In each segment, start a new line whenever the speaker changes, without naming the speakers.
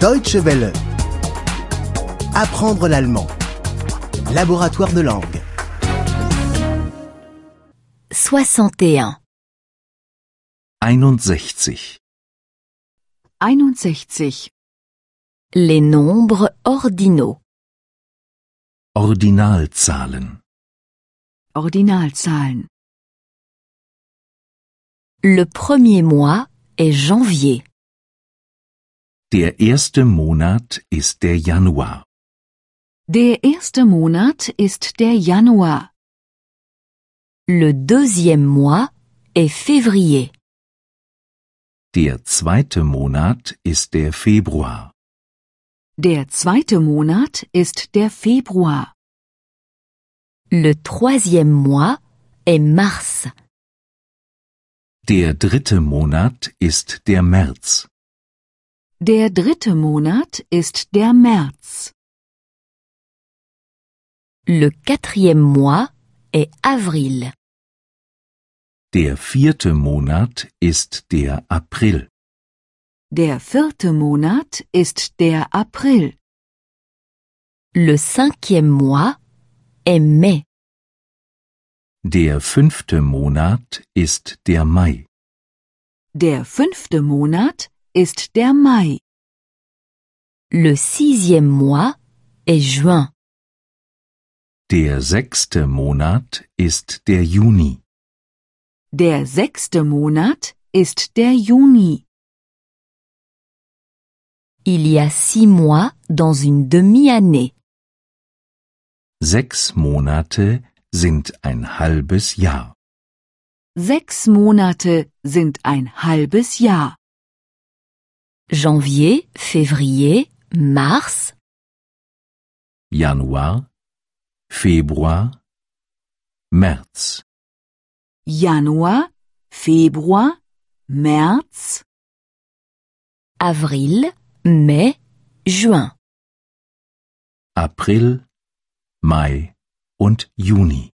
Deutsche Welle. Apprendre l'allemand. Laboratoire de langue.
61.
61.
61.
Les nombres ordinaux.
Ordinalzahlen.
Ordinalzahlen.
Le premier mois est janvier.
Der erste Monat ist der Januar.
Der erste Monat ist der Januar.
Le deuxième mois est février.
Der zweite Monat ist der Februar.
Der zweite Monat ist der Februar.
Le troisième mois est mars.
Der dritte Monat ist der März.
Der dritte Monat ist der März.
Le quatrième mois est avril.
Der vierte Monat ist der April.
Der vierte Monat ist der April.
Le cinquième mois est mai.
Der fünfte Monat ist der Mai.
Der fünfte Monat ist der Mai.
Le sixième mois est juin.
Der sechste Monat ist der Juni.
Der sechste Monat ist der Juni.
Il y a six mois dans une demi-année.
Sechs Monate sind ein halbes Jahr.
Sechs Monate sind ein halbes Jahr.
Janvier, février, mars,
Januar, Februar, März.
Januar, Februar, März,
avril, mai, juin.
April, Mai und Juni.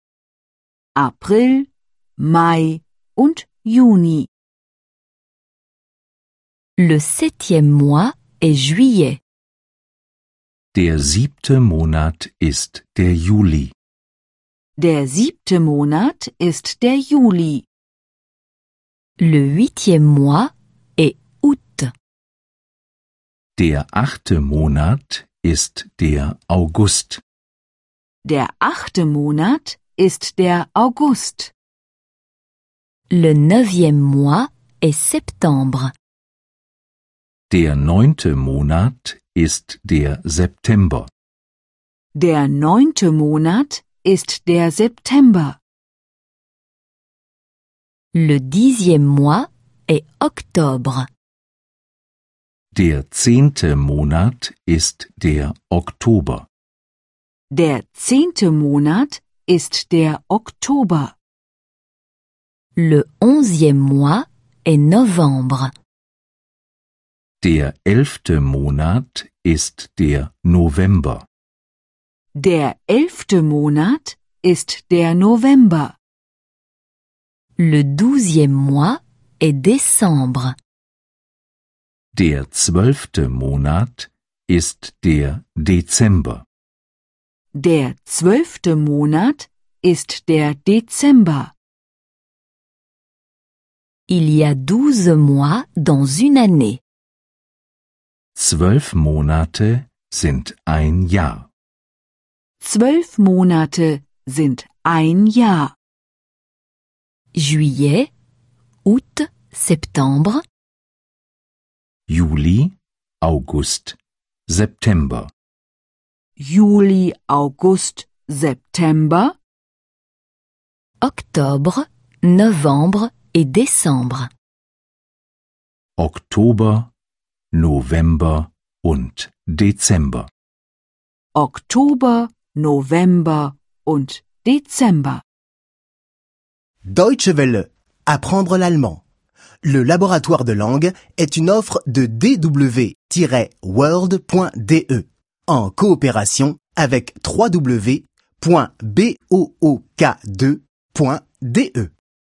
April, Mai und Juni.
Le septième mois est juillet.
Der siebte Monat ist der Juli.
Der siebte Monat ist der Juli.
Le huitième mois est août.
Der achte Monat ist der August.
Der achte Monat ist der August.
Le neuvième mois est septembre.
Der neunte Monat ist der September.
Der neunte Monat ist der September.
Le dixième mois est octobre.
Der zehnte Monat ist der Oktober.
Der zehnte Monat ist der Oktober.
Le onzième mois est novembre.
Der elfte Monat ist der November.
Der elfte Monat ist der November.
Le douzième mois est décembre.
Der zwölfte Monat ist der Dezember.
Der zwölfte Monat ist der Dezember.
Il y a douze mois dans une année.
Zwölf Monate sind ein Jahr.
Zwölf Monate sind ein Jahr.
Juillet, août, septembre,
Juli, August, September.
Juli, August, September,
octobre, novembre et décembre.
Oktober, November und Dezember.
Oktober, November und Dezember.
Deutsche Welle. Apprendre l'allemand. Le laboratoire de langue est une offre de dw-world.de E en coopération avec www.book2.de.